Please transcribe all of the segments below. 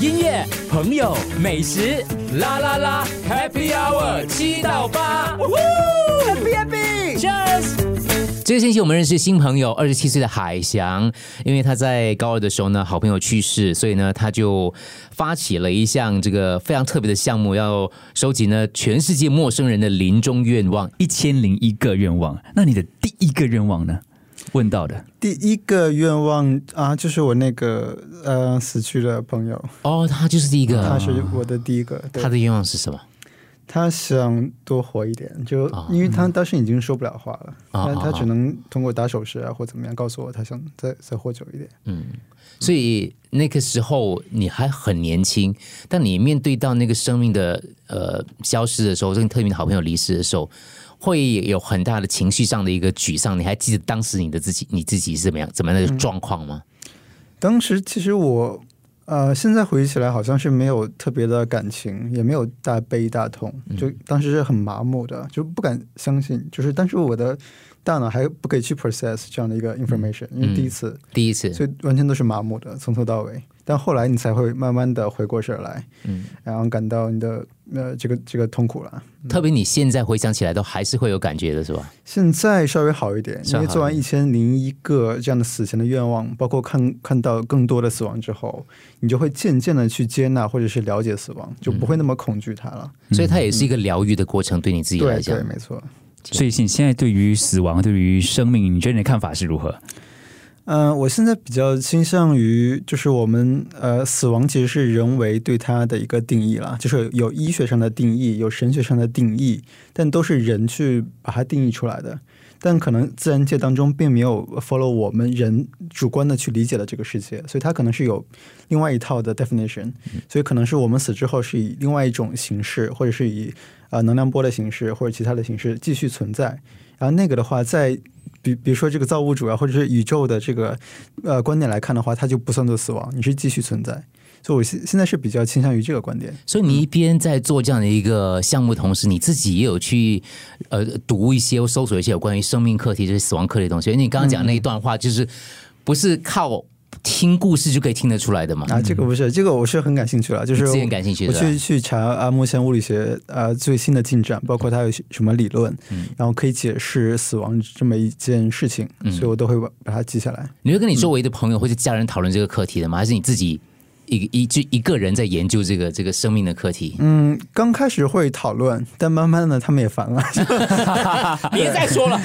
音乐、朋友、美食，啦啦啦，Happy Hour 七到八，Happy Happy。 ，Cheers。这个星期我们认识新朋友，二十七岁的海翔，因为他在高二的时候呢，好朋友去世，所以呢，他就发起了一项这个非常特别的项目，要收集呢全世界陌生人的临终愿望。一千零一个愿望，那你的第一个愿望呢？问到的第一个愿望啊，就是我那个呃死去的朋友，哦，他就是第一个，他是我的第一个，对他的愿望是什么？他想多活一点，就因为他当时已经说不了话了，哦但哦他哦只能通过打手势啊或怎么样告诉我他想再再活久一点。所以那个时候你还很年轻，但你面对到那个生命的呃消失的时候，跟特别的好朋友离世的时候，会有很大的情绪上的一个沮丧。你还记得当时你的自己，你自己是怎么样怎么样嗯的状况吗？当时其实我呃，现在回忆起来好像是没有特别的感情，也没有大悲大痛，嗯就当时是很麻木的，就不敢相信，就是但是我的大脑还不可以去 process 这样的一个 information，、因嗯为第一次。第一次，所以完全都是麻木的，从头到尾。但后来你才会慢慢的回过神儿来，嗯，然后感到你的呃这个这个痛苦了。特别你现在回想起来都还是会有感觉的，是吧？现在稍微好一点，因稍微为好做一完一千零一个这样的死前的愿望，包括看看到更多的死亡之后，你就会渐渐的去接纳或者是了解死亡，就不会那么恐惧它了。所以它也是一个疗愈的过程，对你嗯自己来对讲对，。没错。所以现现在对于死亡、对于生命，你觉得你的看法是如何？嗯、我现在比较倾向于，就是我们呃，死亡其实是人为对它的一个定义啦，就是有医学上的定义，有神学上的定义，但都是人去把它定义出来的。但可能自然界当中并没有 follow 我们人主观的去理解的这个世界，所以它可能是有另外一套的 definition，所以可能是我们死之后是以另外一种形式，或者是以呃能量波的形式或者其他的形式继续存在。然后那个的话，在比比如说这个造物主啊，或者是宇宙的这个呃观点来看的话，它就不算作死亡，你是继续存在。所以我现现在是比较倾向于这个观点。所以你一边在做这样的一个项目，同时你自己也有去呃读一些、或搜索一些有关于生命课题、就是死亡课题的东西。因为你刚刚讲那一段话，就是不是靠听故事就可以听得出来的嘛？啊，这个不是，这个我是很感兴趣了，就嗯你是我自己很感兴趣我对吧去去查啊，目前物理学啊最新的进展，包括它有什么理论，嗯然后可以解释死亡这么一件事情，嗯所以我都会把把它记下来。你会跟你周围的朋友或者家人讨论这个课题的吗？还是你自己一一就一个人在研究这个这个生命的课题？嗯，刚开始会讨论，但慢慢的他们也烦了。 别再说了，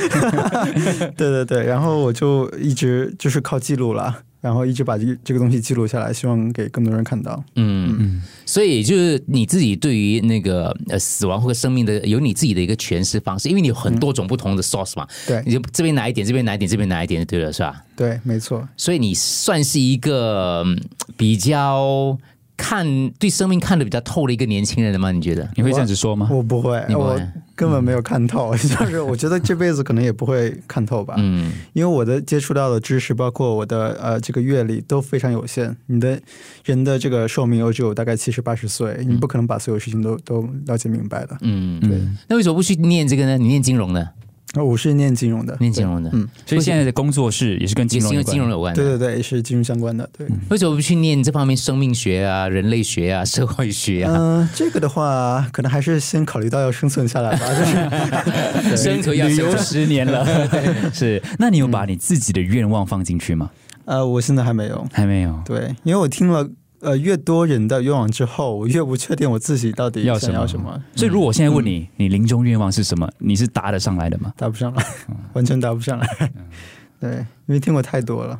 对对对，然后我就一直就是靠记录了，然后一直把这这个东西记录下来，希望给更多人看到。嗯，所以就是你自己对于那个呃死亡或者生命的有你自己的一个诠释方式，因为你有很多种不同的 source 嘛，哎对你就这边拿一点，这边拿一点，这边拿一点就对了，是吧？对，没错，所以你算是一个嗯比较看对生命看得比较透的一个年轻人了吗？你觉得？你会这样子说吗？我不会，你不会嗯我根本没有看透， 就是我觉得这辈子可能也不会看透吧。嗯，因为我的接触到的知识，包括我的呃这个阅历都非常有限。你的人的这个寿命又只有大概七十八十岁，你不可能把所有事情都都了解明白的。嗯，对，那为什么不去念这个呢？你念金融的，那我是念金融的，念金融的，嗯，所以现在的工作室也是跟也金是融因有为关金融有关对的。对对，也是金融相关的。对，为什么不去念这方面生命学啊、人类学啊、 社会学啊、嗯、这个的话，可能还是先考虑到要生存下来吧， 就是生存要旅生游存十年了， 是。那你有把你自己的愿望放进去吗？呃，我现在还没有。还没有。对，因为我听了呃越多人的愿望之后，我越不确定我自己到底要什想么要什么，所以如果我现在问嗯你，你临终愿望是什么？你是答得上来的吗？答不上来，嗯 完全答不上来。 对，因为听过太多了，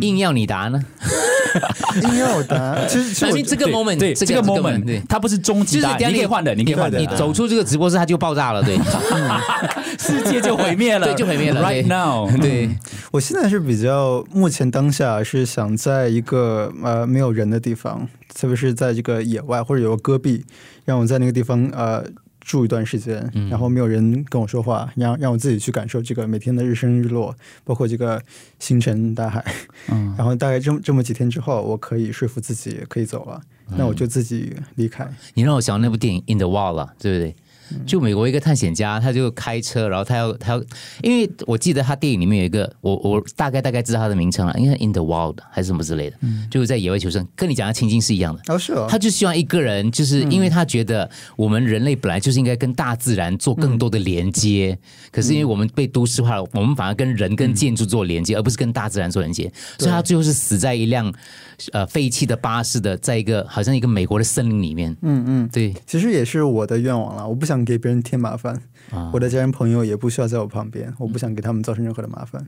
硬要你答呢？硬要我答， 其实其但实我是这个 moment，对，这个对 moment，，它不是终极就是答案，等下你可以换的，你可以换的，你走出这个直播室，它就爆炸了，对， 世界就毁灭了，对就毁灭了对，right now，对，我现在是比较，目前当下是想在一个呃没有人的地方，特别是在这个野外或者有个戈壁，让我在那个地方呃住一段时间，然后没有人跟我说话，让让我自己去感受这个每天的日升日落，包括这个星辰大海。嗯， 然后大概这么这么几天之后，我可以说服自己可以走了，那我就自己离开。你让我想到那部电影《In the Wall》了，对不对？就美国一个探险家，他就开车，然后他要他要，因为我记得他电影里面有一个，我我大概大概知道他的名称了，应该《In the Wild》还是什么之类的，就是在野外求生，跟你讲的情境是一样的。哦，是哦，他就希望一个人，就是因为他觉得我们人类本来就是应该跟大自然做更多的连接，可是因为我们被都市化了，我们反而跟人跟建筑做连接，而不是跟大自然做连接，所以他最后是死在一辆呃废弃的巴士的，在一个好像一个美国的森林里面。嗯嗯，对，其实也是我的愿望啦，我不想给别人添麻烦，我的家人朋友也不需要在我旁边，我不想给他们造成任何的麻烦。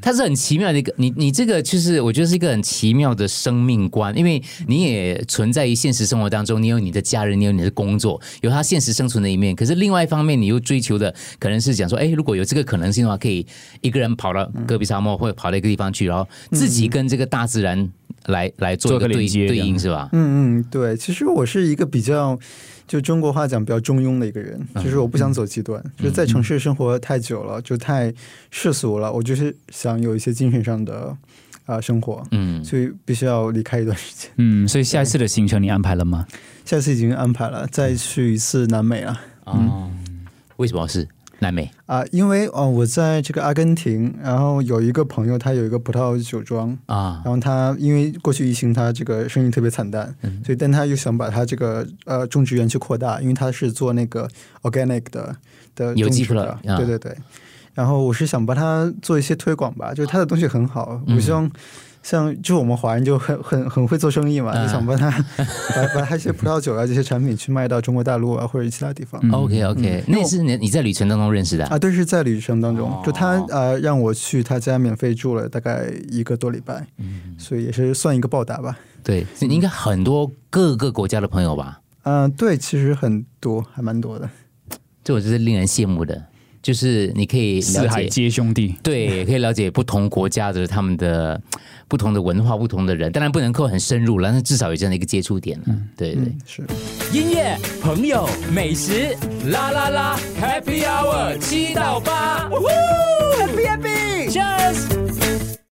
它是很奇妙的一个，你你这个就是我觉得是一个很奇妙的生命观，因为你也存在于现实生活当中，你有你的家人，你有你的工作，有他现实生存的一面。可是另外一方面，你又追求的可能是讲说，哎，如果有这个可能性的话，可以一个人跑到戈壁沙漠，或者跑到一个地方去，然后自己跟这个大自然来来做一做个个对连接对这应，样是吧？嗯嗯，对，其实我是一个比较，就中国话讲比较中庸的一个人，就是我不想走极端，就是在城市生活太久了，就太世俗了，我就是想有一些精神上的啊、呃生活，嗯，所以必须要离开一段时间。嗯，所以下一次的行程你安排了吗？下次已经安排了，再去一次南美啊了。哦，为什么是南美？啊、因为哦，我在这个阿根廷，然后有一个朋友，他有一个葡萄酒庄，啊，然后他因为过去疫情，他这个生意特别惨淡，嗯所以但他又想把他这个呃种植园去扩大，因为他是做那个 organic 的的有种机植葡萄的啊对对对。然后我是想帮他做一些推广吧，就是他的东西很好，嗯我希望像就我们华人就很很很会做生意嘛，嗯就想帮他把把他一些葡萄酒啊这些产品去卖到中国大陆啊或者其他地方。 OK OK，那哦是你你在旅程当中认识的啊啊，对，是在旅程当中，就他哦呃让我去他家免费住了大概一个多礼拜，嗯所以也是算一个报答吧。对，你应该很多各个国家的朋友吧？嗯、对，其实很多，还蛮多的。这我就是令人羡慕的，就是你可以四了海解，皆兄弟， 对，可以了解不同国家的他们的不同的文化、不同的人，当然不能够很深入了，但是至少有这样的一个接触点了。啊对对，嗯，是。音乐、朋友、美食，啦啦啦，Happy Hour 七到八。呜呼